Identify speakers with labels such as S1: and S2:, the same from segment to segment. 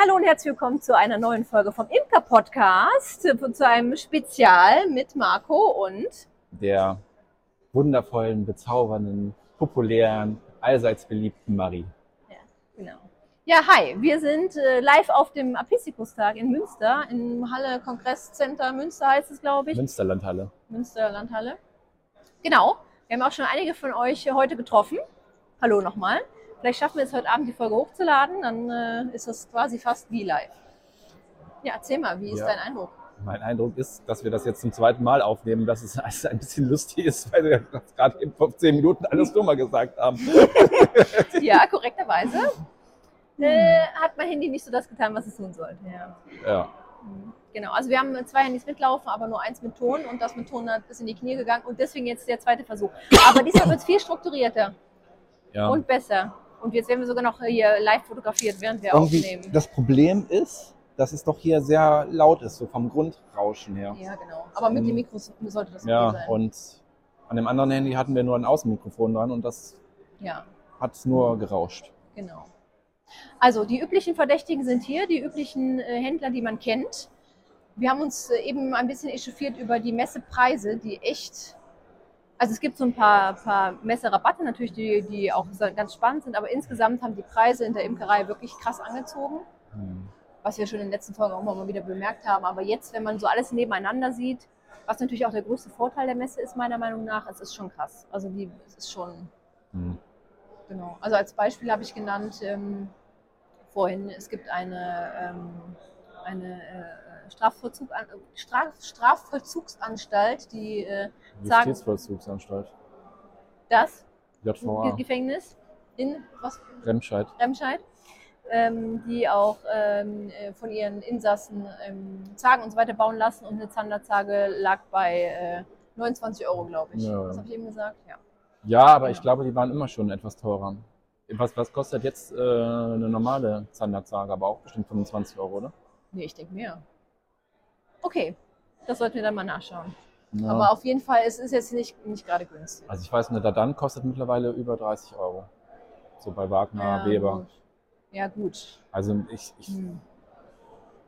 S1: Hallo und herzlich willkommen zu einer neuen Folge vom Imker Podcast, äh, zu einem Spezial mit Marco und
S2: der wundervollen, bezaubernden, populären, allseits beliebten Marie.
S1: genau. Ja, hi, wir sind äh, live auf dem Apicikus-Tag in Münster, im Halle Kongresscenter Münster heißt es, glaube ich,
S2: Münsterlandhalle.
S1: Münsterlandhalle. Genau, wir haben auch schon einige von euch äh, heute getroffen. Hallo nochmal. Vielleicht schaffen wir es heute Abend, die Folge hochzuladen, dann äh, ist das quasi fast wie live. Ja, erzähl mal, wie ist
S2: Ja.
S1: dein Eindruck?
S2: Mein Eindruck ist, dass wir das jetzt zum zweiten Mal aufnehmen, dass es also ein bisschen lustig ist, weil wir das gerade eben vor zehn Minuten alles dummer gesagt haben.
S1: Ja, korrekterweise. Äh, hat mein Handy nicht so das getan, was es tun sollte. Ja.
S2: Ja,
S1: Mhm. Genau, also wir haben zwei Handys mitlaufen, aber nur eins mit Ton und das mit Ton hat bis in die Knie gegangen und deswegen jetzt der zweite Versuch. Aber diesmal wird es viel strukturierter
S2: ja.
S1: und besser. Und jetzt werden wir sogar noch hier live fotografiert, während wir
S2: Irgendwie,
S1: aufnehmen.
S2: das Problem ist, dass es doch hier sehr laut ist, so vom Grundrauschen her.
S1: Ja, genau. Aber mit
S2: Mhm.
S1: den Mikros sollte das okay
S2: Ja,
S1: sein.
S2: und an dem anderen Handy hatten wir nur ein Außenmikrofon dran und das
S1: ja,
S2: hat nur gerauscht.
S1: genau. Also die üblichen Verdächtigen sind hier, die üblichen äh, Händler, die man kennt. Wir haben uns äh, eben ein bisschen echauffiert über die Messepreise, die echt. Also es gibt so ein paar, paar Messerabatte natürlich, die, die auch so ganz spannend sind, aber insgesamt haben die Preise in der Imkerei wirklich krass angezogen,
S2: Hm.
S1: was wir schon in den letzten Folgen auch immer mal wieder bemerkt haben. Aber jetzt, wenn man so alles nebeneinander sieht, was natürlich auch der größte Vorteil der Messe ist, meiner Meinung nach, es ist schon krass. Also die, es ist schon
S2: Hm.
S1: Genau. Also als Beispiel habe ich genannt ähm, vorhin, es gibt eine, ähm, eine äh, Strafvollzug, an- Straf, Strafvollzugsanstalt, die äh, Sagen-
S2: Justizvollzugsanstalt.
S1: das
S2: JVA.
S1: Ge- Gefängnis in was,
S2: Remscheid.
S1: Remscheid, ähm, die auch ähm, äh, von ihren Insassen ähm, Zagen und so weiter bauen lassen und eine Zanderzage lag bei äh, 29 Euro, glaube ich.
S2: Ja.
S1: Was habe ich eben gesagt? Ja.
S2: Ja, aber ich glaube, die waren immer schon etwas teurer. Was, was kostet jetzt äh, eine normale Zanderzage? Aber auch bestimmt 25 Euro, oder?
S1: Nee, ich denke mehr. Okay, das sollten wir dann mal nachschauen.
S2: Ja.
S1: Aber auf jeden Fall, es ist jetzt nicht, nicht gerade günstig.
S2: also ich weiß, eine Dadan kostet mittlerweile über 30 Euro. So bei Wagner,
S1: Ja,
S2: Weber.
S1: gut. Ähm, Ja, gut.
S2: Also ich, ich,
S1: Hm.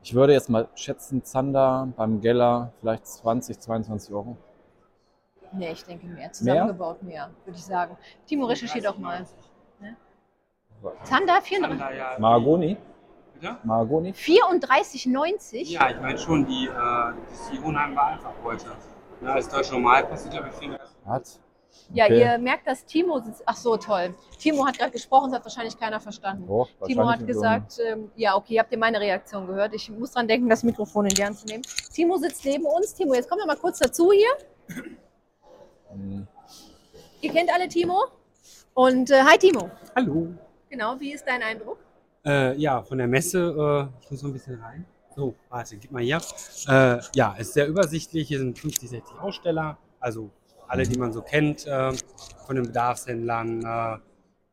S2: ich würde jetzt mal schätzen, Zander beim Geller vielleicht 20, 22 Euro.
S1: Nee, ich denke mehr. Zusammengebaut mehr, würde ich sagen. Timo, recherchiert doch mal. Genau. Zander 34
S3: Genau. ja.
S2: Mahagoni?
S3: Bitte?
S2: Mahagoni?
S1: 34,90?
S3: Ja, ich meine schon, die, äh, das die unheimbar einfach heute. Ja, als deutsche Normalpass sieht ja bestimmt.
S2: Hat.
S1: Ja,
S2: Okay.
S1: ihr merkt, dass Timo sitzt. Ach so, toll. Timo hat gerade gesprochen, das hat wahrscheinlich keiner verstanden.
S2: Doch,
S1: Timo
S2: Oh, wahrscheinlich
S1: hat
S2: in so
S1: gesagt, ähm, ja, okay, habt ihr meine Reaktion gehört? Ich muss dran denken, das Mikrofon in die Hand zu nehmen. Timo sitzt neben uns. Timo, jetzt komm doch mal kurz dazu hier.
S2: einem-
S1: Ihr kennt alle Timo. Und äh, hi Timo.
S3: Hallo.
S1: Genau, wie ist dein Eindruck?
S3: Äh, ja, von der Messe, äh, ich muss noch ein bisschen rein. So, warte, gib mal hier. Äh, ja, ist sehr übersichtlich. Hier sind 50, 60 Aussteller. Also alle, die man so kennt, äh, von den Bedarfshändlern äh,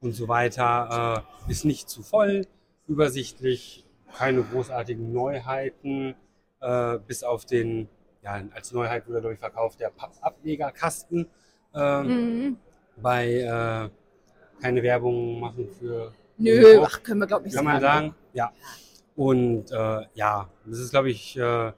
S3: und so weiter. Äh, ist nicht zu voll, übersichtlich, keine großartigen Neuheiten. Äh, bis auf den, ja, als Neuheit wurde, glaube ich, verkauft, der Pappablegerkasten. Äh,
S1: Mhm.
S3: Bei äh, keine Werbung machen für
S1: Nö,
S3: Ja.
S1: ach, können wir glaube ich
S3: kann man sagen, ja. Und äh, ja, das ist, glaube ich, äh, dass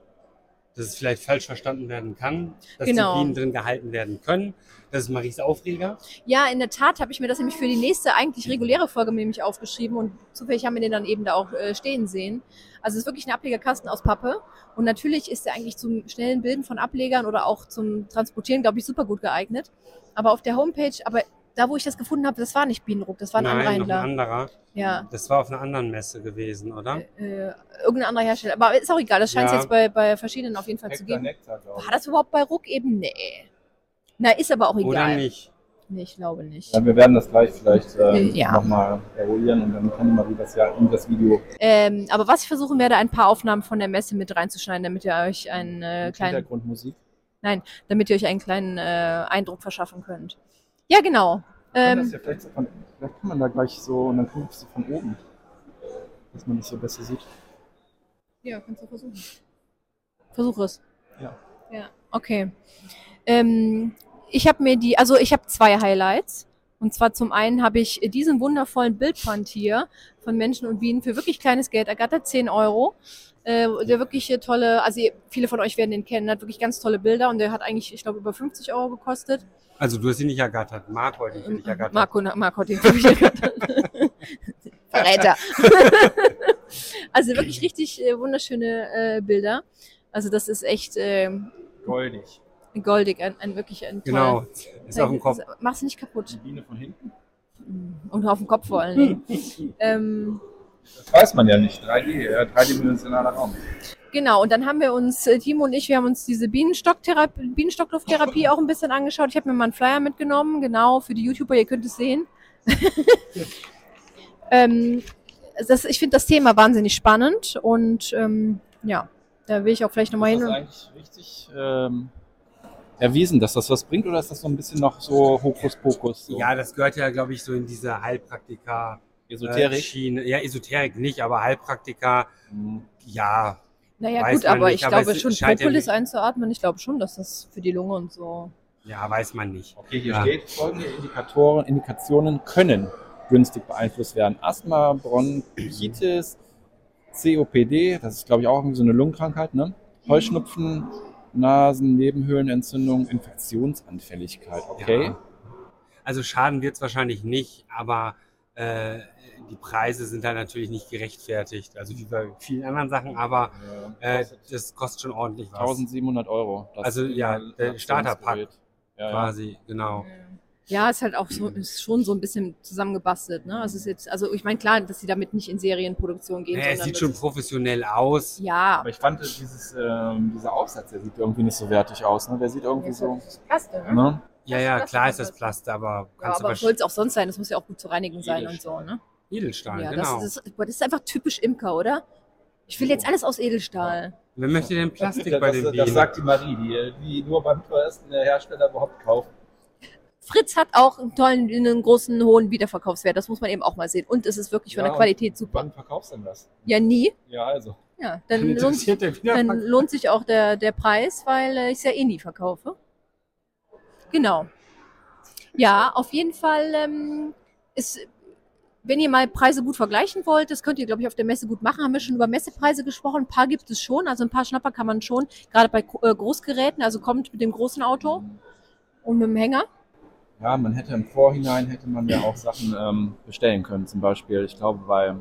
S3: es vielleicht falsch verstanden werden kann, dass
S1: Genau.
S3: die Bienen drin gehalten werden können. Das ist Maries Aufreger.
S1: Ja, in der Tat habe ich mir das nämlich für die nächste eigentlich reguläre Folge mir nämlich aufgeschrieben und zufällig haben wir den dann eben da auch äh, stehen sehen. Also es ist wirklich ein Ablegerkasten aus Pappe und natürlich ist er eigentlich zum schnellen Bilden von Ablegern oder auch zum Transportieren, glaube ich, super gut geeignet. Aber auf der Homepage, aber da, wo ich das gefunden habe, das war nicht Bienenruck, das war ein
S3: Nein, noch ein
S1: Anreiner.
S3: anderer.
S1: ja,
S3: Das war auf einer anderen Messe gewesen, oder?
S1: äh, irgendein anderer Hersteller. Aber ist auch egal, das scheint es
S3: Ja.
S1: jetzt bei, bei verschiedenen auf jeden Fall zu
S2: Hektar,
S1: geben.
S2: Nektar, glaube
S1: War das überhaupt bei Ruck eben? Nee. Na, ist aber auch egal.
S3: Oder nicht?
S1: Nee, ich glaube nicht.
S2: Ja, wir werden das gleich vielleicht ähm,
S1: Äh, Ja.
S2: nochmal eruieren und dann kann Marie das ja in das Video
S1: Ähm, aber was ich versuchen werde, ein paar Aufnahmen von der Messe mit reinzuschneiden, damit ihr euch einen äh,
S2: mit
S1: kleinen,
S2: Hintergrundmusik.
S1: damit ihr euch einen kleinen äh, Eindruck verschaffen könnt. Ja, genau.
S2: Kann das
S1: Ähm,
S2: ja vielleicht, so von, vielleicht kann man da gleich so und dann guckt sie von oben, dass man das so besser sieht.
S1: ja, kannst du versuchen. Versuch es.
S2: Ja.
S1: Ja. Okay. Ähm, ich habe mir die, also ich habe zwei Highlights. Und zwar zum einen habe ich diesen wundervollen Bildband hier von Menschen und Bienen für wirklich kleines Geld ergattert, 10 Euro. Äh, der wirklich äh, tolle, also ihr- viele von euch werden den kennen, der hat wirklich ganz tolle Bilder und der hat eigentlich, ich glaube, über 50 Euro gekostet.
S3: Also du hast ihn nicht ergattert. Marco hat ihn für dich
S1: Ähm,
S3: ergattert.
S1: Marco, Marco hat den wirklich ergattert. Verräter. also wirklich richtig äh, wunderschöne äh, Bilder. Also das ist echt ähm,
S2: Goldig.
S1: goldig, ein, ein wirklich ein toller-
S3: Genau. Ist auch im Kopf.
S1: Mach's nicht kaputt.
S2: Die Biene von hinten?
S1: Und auf dem Kopf vor allen Dingen. ähm,
S2: Das weiß man ja nicht. 3D, ja, dreidimensionaler Raum.
S1: genau, und dann haben wir uns, äh, Timo und ich, wir haben uns diese Bienenstocktherapie, Bienenstocklufttherapie auch ein bisschen angeschaut. Ich habe mir mal einen Flyer mitgenommen, genau, für die YouTuber, ihr könnt es sehen. ähm, das, ich finde das Thema wahnsinnig spannend und ähm, ja, da will ich auch vielleicht nochmal
S2: Ist
S1: hin.
S2: das
S1: und-
S2: eigentlich richtig ähm, erwiesen, dass das was bringt oder ist das so ein bisschen noch so Hokuspokus? So
S3: Ja, das gehört ja, glaube ich, so in diese Heilpraktiker. Äh,
S2: esoterisch?
S3: Schiene. Ja, Esoterik nicht, aber Heilpraktiker,
S2: Mhm.
S3: ja.
S1: Naja,
S3: weiß
S1: gut,
S3: man
S1: aber
S3: nicht,
S1: ich
S3: aber
S1: glaube
S3: es
S1: schon,
S3: scheint ja
S1: Propolis
S3: nicht-
S1: einzuatmen, ich glaube schon, dass das für die Lunge und so.
S3: Ja, weiß man nicht.
S2: Okay, hier
S3: Ja.
S2: steht, folgende Indikatoren, Indikationen können günstig beeinflusst werden. Asthma, Bronchitis, COPD, das ist glaube ich auch irgendwie so eine Lungenkrankheit, ne? Heuschnupfen, Nasen, Nebenhöhlenentzündung, Infektionsanfälligkeit, okay?
S3: Ja. Also schaden wird es wahrscheinlich nicht, aber äh, die Preise sind da natürlich nicht gerechtfertigt. Also wie bei vielen anderen Sachen, aber äh, das kostet schon ordentlich was.
S2: 1700 Euro. das
S3: Also, ja, der Starterpack
S2: Ja, ja.
S3: quasi, genau.
S1: Ja, ist halt auch so, ist schon so ein bisschen zusammengebastelt. Ne? Also, ist jetzt, also ich meine, klar, dass sie damit nicht in Serienproduktion gehen.
S3: Naja, es
S1: sondern
S3: sieht
S1: das
S3: schon
S1: ist-
S3: professionell aus.
S1: Ja,
S2: Aber ich fand dieses, ähm, dieser Aufsatz, der sieht irgendwie nicht so wertig aus. Ne? Der sieht irgendwie so.
S1: Plaste, ne?
S2: Ne?
S3: Ja,
S1: Das-
S3: ja,
S1: das
S3: klar
S1: ist
S3: ist das
S1: das.
S3: Plaster, aber
S1: Ja,
S3: kannst du
S1: aber
S3: aber
S1: soll es auch sonst sein, das muss ja auch gut zu reinigen sein und so. Ne?
S3: Edelstahl,
S1: Ja,
S3: genau.
S1: das, ist, boah, das ist einfach typisch Imker, oder? Ich will jetzt alles aus Edelstahl.
S3: Wer möchte denn Plastik bei
S2: das,
S3: den
S2: das,
S3: Bienen?
S2: sagt die Marie, die, die nur beim teuersten Hersteller überhaupt kauft.
S1: Fritz hat auch einen tollen, einen großen, hohen Wiederverkaufswert. Das muss man eben auch mal sehen. Und es ist wirklich von
S2: Ja,
S1: der Qualität super.
S2: Wann verkaufst du denn das?
S1: Ja, nie.
S2: Ja, also.
S1: Ja, dann
S3: Dann
S1: lohnt,
S3: interessiert der wieder
S1: dann lohnt sich auch der, der Preis, weil äh, ich es ja eh nie verkaufe. Genau. Ja, auf jeden Fall ähm, ist, wenn ihr mal Preise gut vergleichen wollt, das könnt ihr, glaube ich, auf der Messe gut machen. Haben wir schon über Messepreise gesprochen. Ein paar gibt es schon, also ein paar Schnapper kann man schon, gerade bei Ko- äh, Großgeräten, also kommt mit dem großen Auto und mit dem Hänger.
S2: ähm, Ja, man hätte im Vorhinein hätte man ja auch Sachen ähm, bestellen können. Zum Beispiel, ich glaube, bei,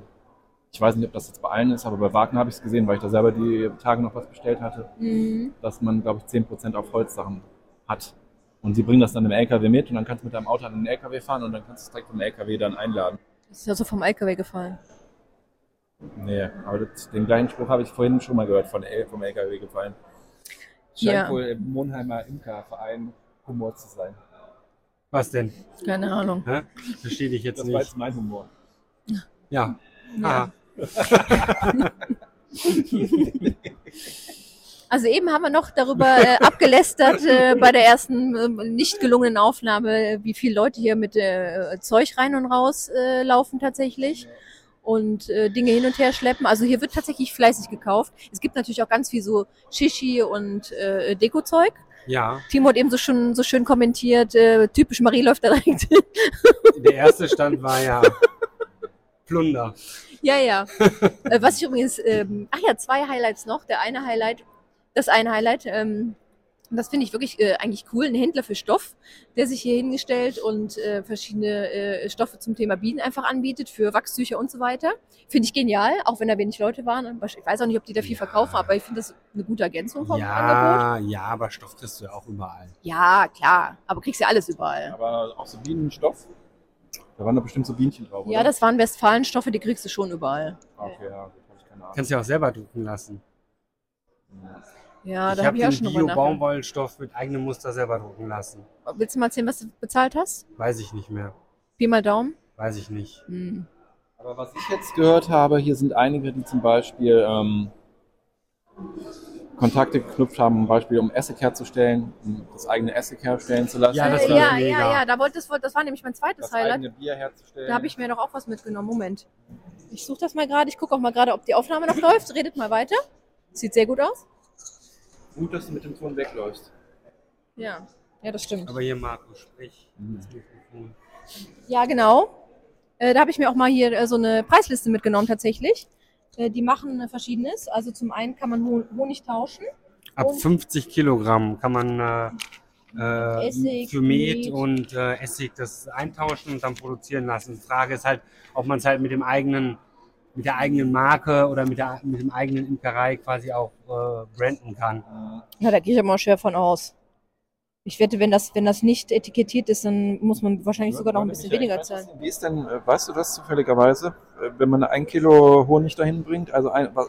S2: ich weiß nicht, ob das jetzt bei allen ist, aber bei Wagner habe ich es gesehen, weil ich da selber die Tage noch was bestellt hatte,
S1: Mhm.
S2: dass man, glaube ich, 10% auf Holzsachen hat. Und sie bringen das dann im LKW mit und dann kannst du mit deinem Auto an den LKW fahren und dann kannst du es direkt vom LKW dann einladen.
S1: Das ist ja so vom LKW gefallen.
S2: Nee, aber das, den gleichen Spruch habe ich vorhin schon mal gehört, von L, vom LKW gefallen. Scheint
S1: Ja.
S2: wohl im Monheimer Imkerverein Humor zu sein.
S3: Was denn?
S1: Keine Ahnung.
S3: Hä? Verstehe dich jetzt
S2: Das war
S3: nicht.
S2: jetzt mein Humor.
S3: Ja.
S1: Ja.
S3: Ah,
S1: Also eben haben wir noch darüber äh, abgelästert äh, bei der ersten ähm, nicht gelungenen Aufnahme, wie viele Leute hier mit äh, Zeug rein und raus äh, laufen tatsächlich und äh, Dinge hin und her schleppen. Also hier wird tatsächlich fleißig gekauft. Es gibt natürlich auch ganz viel so Shishi und äh, Dekozeug.
S3: ja.
S1: Timo hat eben so schon so schön kommentiert, äh, typisch Marie läuft da direkt hin.
S3: Der erste Stand war ja Plunder.
S1: Ja, ja. Äh, Was ich übrigens, ähm, ach ja, zwei Highlights noch. Der eine Highlight, das eine Highlight, ähm, das finde ich wirklich äh, eigentlich cool, ein Händler für Stoff, der sich hier hingestellt und äh, verschiedene äh, Stoffe zum Thema Bienen einfach anbietet, für Wachstücher und so weiter. Finde ich genial, auch wenn da wenig Leute waren. Und wahrsch- Ich weiß auch nicht, ob die da viel
S3: Ja.
S1: verkaufen, aber ich finde das eine gute Ergänzung vom Angebot.
S3: Ja, ja, aber Stoff kriegst du ja auch überall.
S1: Ja, klar, aber kriegst ja alles überall.
S2: Aber auch so Bienenstoff? Da waren doch bestimmt so Bienchen drauf,
S1: Ja,
S2: oder?
S1: das waren Westfalenstoffe, die kriegst du schon überall.
S2: Ah, Okay, ja, gut, hab ich keine Ahnung.
S3: Kannst ja auch selber drucken lassen.
S1: Ja,
S3: ich
S1: Ah, da
S3: habe
S1: habe ich auch
S3: den
S1: schon drüber nachgedacht.
S3: Bio-Baumwollstoff mit eigenem Muster selber drucken lassen.
S1: Willst du mal erzählen, was du bezahlt hast?
S3: Weiß ich nicht mehr.
S1: Pi mal Daumen?
S3: Weiß ich nicht.
S1: Hm.
S2: Aber was ich jetzt gehört habe, hier sind einige, die zum Beispiel ähm, Kontakte geknüpft haben, zum Beispiel um Essig herzustellen, um das eigene Essig herstellen zu lassen.
S3: Ja, das
S1: Äh,
S3: war
S1: ja,
S3: mega.
S1: ja, ja, da wollte das, das war nämlich mein zweites
S2: das
S1: Highlight.
S2: eigene Bier herzustellen.
S1: Da habe ich mir doch auch was mitgenommen. Moment. Ich suche das mal gerade. Ich gucke auch mal gerade, ob die Aufnahme noch läuft. Redet mal weiter. Sieht sehr gut aus.
S2: Gut, dass du mit dem Ton wegläufst.
S1: Ja. Ja, das stimmt.
S3: Aber hier, Marco, sprich.
S2: Mhm.
S3: ins Mikrofon.
S1: Ja, genau. Äh, da habe ich mir auch mal hier äh, so eine Preisliste mitgenommen tatsächlich. Äh, die machen äh, verschiedenes. Also zum einen kann man Hon- Honig tauschen.
S3: Ab
S1: Und-
S3: 50 Kilogramm kann man äh, äh,
S1: Essig,
S3: für Met
S1: Met.
S3: und äh, Essig das eintauschen und dann produzieren lassen. Die Frage ist halt, ob man es halt mit dem eigenen, mit der eigenen Marke oder mit, der, mit dem eigenen Imkerei quasi auch äh, branden kann.
S1: Ja, da gehe ich immer schwer von aus. Ich wette, wenn das, wenn das nicht etikettiert ist, dann muss man wahrscheinlich
S2: Ne?
S1: sogar noch ein bisschen weniger zahlen.
S2: Wie ist denn, äh, weißt du das zufälligerweise, äh, wenn man ein Kilo Honig dahin bringt? Also ein, wa-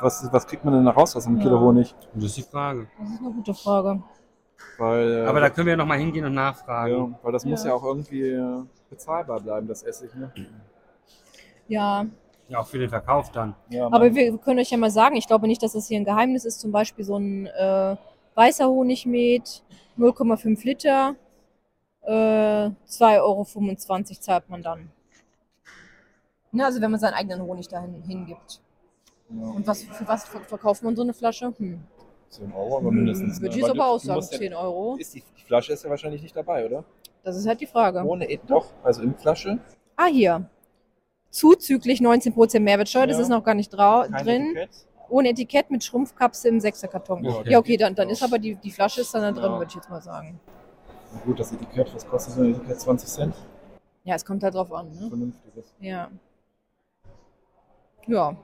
S2: was, was kriegt man denn da raus aus einem
S1: Ja.
S2: Kilo Honig?
S3: Das ist die Frage.
S1: Das ist eine gute Frage.
S2: Weil, äh,
S3: Aber da können wir nochmal hingehen und nachfragen.
S2: ja, weil das muss
S1: Ja.
S2: ja auch irgendwie äh, bezahlbar bleiben, das Essig. Ne?
S1: Ja,
S3: Ja, auch für den Verkauf dann.
S2: Ja,
S1: aber wir können euch ja mal sagen, ich glaube nicht, dass das hier ein Geheimnis ist. Zum Beispiel so ein äh, weißer Honigmet, 0,5 Liter, äh, 2,25 Euro zahlt man dann. Ne, also wenn man seinen eigenen Honig dahin hingibt.
S2: ja.
S1: Und was, für was ver- verkauft man so eine Flasche? Hm.
S2: 10 Euro aber mindestens.
S1: Würde
S2: ne?
S1: ich jetzt
S2: Weil
S1: aber
S2: du-
S1: auch
S2: du
S1: sagen,
S2: musst ja-
S1: 10 Euro.
S2: Ist die, die Flasche ist ja wahrscheinlich nicht dabei, oder?
S1: Das ist halt die Frage.
S2: Ohne, eh- doch, also in Flasche.
S1: Ah, hier. Zuzüglich 19% Mehrwertsteuer, das
S2: Ja.
S1: ist noch gar nicht drau
S2: kein
S1: drin.
S2: Etikett.
S1: Ohne Etikett mit Schrumpfkapsel im Sechserkarton.
S3: Okay.
S1: Ja, okay, dann, dann ist aber die, die Flasche ist dann da drin,
S2: Ja.
S1: würde ich jetzt mal sagen.
S2: Na Gut, das Etikett, was kostet so ein Etikett? 20 Cent?
S1: Ja, es kommt halt drauf an. Ne?
S2: Vernünftiges.
S1: Ja. Ja,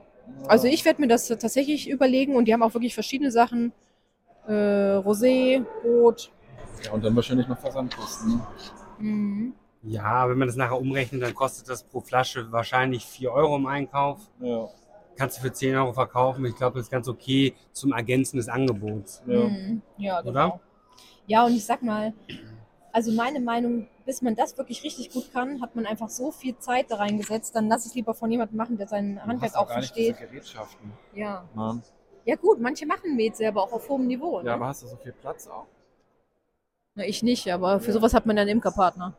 S1: also ich werde mir das tatsächlich überlegen und die haben auch wirklich verschiedene Sachen. Äh, Rosé, Rot.
S2: Ja, und dann wahrscheinlich noch Versandkosten. Ne?
S1: Mhm.
S3: Ja, wenn man das nachher umrechnet, dann kostet das pro Flasche wahrscheinlich 4 Euro im Einkauf.
S2: ne? Ja,
S3: Kannst du für 10 Euro verkaufen. Ich glaube, das ist ganz okay zum Ergänzen des Angebots.
S2: ja.
S1: Mhm. ja
S3: Oder?
S1: genau. Ja, und ich sag mal, also meine Meinung, bis man das wirklich richtig gut kann, hat man einfach so viel Zeit da reingesetzt, dann lass es lieber von jemandem machen, der sein Handwerk auch versteht.
S2: Diese Gerätschaften.
S1: Ja.
S2: Ne?
S1: ja gut, manche machen Med selber auch auf hohem Niveau. Ne?
S2: Ja, aber hast du so viel Platz auch?
S1: Na, ich nicht, aber für
S2: Ja.
S1: sowas hat man dann einen Imkerpartner.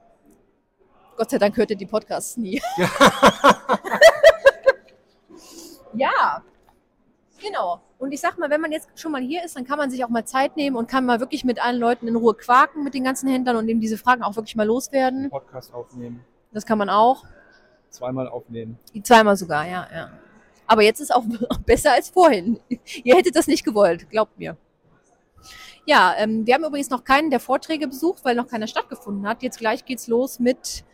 S1: Gott sei Dank hört ihr die Podcasts nie. ja, genau. Und ich sag mal, wenn man jetzt schon mal hier ist, dann kann man sich auch mal Zeit nehmen und kann mal wirklich mit allen Leuten in Ruhe quaken mit den ganzen Händlern und eben diese Fragen auch wirklich mal loswerden.
S2: Podcast aufnehmen,
S1: Das kann man auch.
S2: zweimal aufnehmen.
S1: Zweimal sogar, ja, ja. Aber jetzt ist auch besser als vorhin. Ihr hättet das nicht gewollt, glaubt mir. Ja, ähm, wir haben übrigens noch keinen der Vorträge besucht, weil noch keiner stattgefunden hat. Jetzt gleich geht's los mit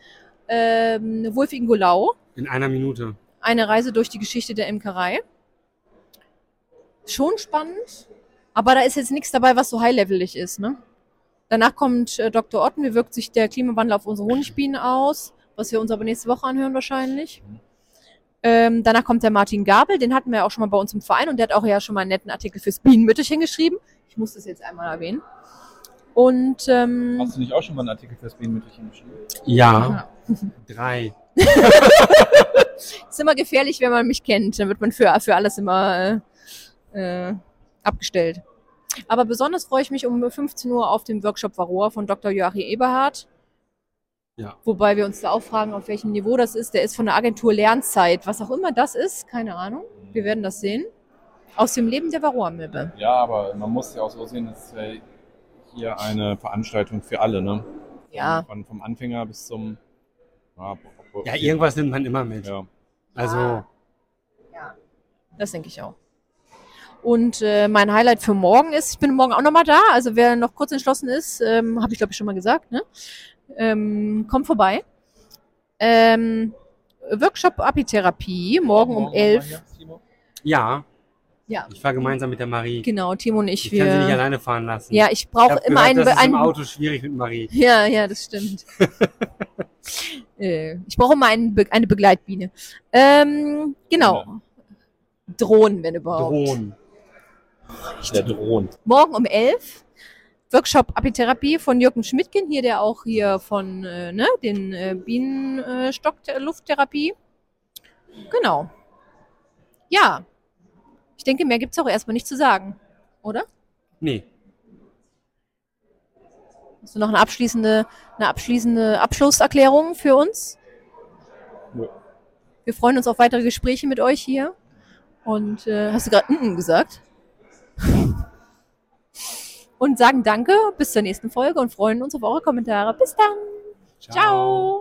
S1: ähm, Wolf Ingolau,
S3: In einer Minute.
S1: eine Reise durch die Geschichte der Imkerei. Schon spannend, aber da ist jetzt nichts dabei, was so high-levelig ist. Ne? Danach kommt äh, Dr. Otten, wie wirkt sich der Klimawandel auf unsere Honigbienen aus, was wir uns aber nächste Woche anhören wahrscheinlich.
S2: Mhm.
S1: Ähm, danach kommt der Martin Gabel, den hatten wir ja auch schon mal bei uns im Verein und der hat auch ja schon mal einen netten Artikel fürs Bienenmütterchen geschrieben. Ich muss das jetzt einmal erwähnen. Und ähm,
S2: Hast du nicht auch schon mal einen Artikel fürs Bienenmütterchen geschrieben?
S3: Ja. Drei.
S1: ist immer gefährlich, wenn man mich kennt. Dann wird man für, für alles immer äh, äh, abgestellt. Aber besonders freue ich mich um 15 Uhr auf den Workshop Varroa von Dr. Joachim Eberhardt.
S3: Ja.
S1: Wobei wir uns da auch fragen, auf welchem Niveau das ist. Der ist von der Agentur Lernzeit. Was auch immer das ist, keine Ahnung. Wir werden das sehen. Aus dem Leben der Varroa-Milbe.
S2: Ja, aber man muss ja auch so sehen, dass äh, hier eine Veranstaltung für alle, ne?
S1: Ja.
S2: Von, vom Anfänger bis zum. Ja, bo- bo-
S3: Ja, irgendwas nimmt man immer mit.
S1: um
S2: Ja.
S3: Also,
S1: Ja. Ja, das denke ich auch. Und äh, mein Highlight für morgen ist, ich bin morgen auch nochmal da. Also wer noch kurz entschlossen ist, ähm, habe ich glaube ich schon mal gesagt, ne? ähm, kommt vorbei. Ähm, Workshop Apitherapie, morgen um
S2: Morgen nochmal
S1: 11.
S2: hier, Timo.
S3: ja,
S1: Ja,
S3: ich fahre gemeinsam mit der Marie.
S1: genau, Timo und ich.
S3: Ich kann sie nicht
S1: Wir,
S3: alleine fahren lassen.
S1: ja, ich
S3: Ich
S1: brauche
S3: hab
S1: immer
S3: gehört,
S1: einen,
S3: Das ist im
S1: einen
S3: Auto schwierig mit Marie.
S1: Ja, ja, das stimmt. äh, ich brauche immer einen Be eine Begleitbiene. Ähm, genau. Drohnen, wenn überhaupt.
S3: Drohnen.
S2: Der Drohn.
S1: Morgen um 11 Workshop Apitherapie von Jürgen Schmidtgen, hier der auch hier von äh, ne, den äh, Bienenstock-Lufttherapie. Genau. Ja, ich denke, mehr gibt's auch erstmal nicht zu sagen, oder?
S3: Nee.
S1: Hast du noch eine abschließende, eine abschließende Abschlusserklärung für uns?
S2: Nö.
S1: Wir freuen uns auf weitere Gespräche mit euch hier. Und äh, hast du gerade mm gesagt? Und sagen Danke, bis zur nächsten Folge und freuen uns auf eure Kommentare. Bis dann! Ciao.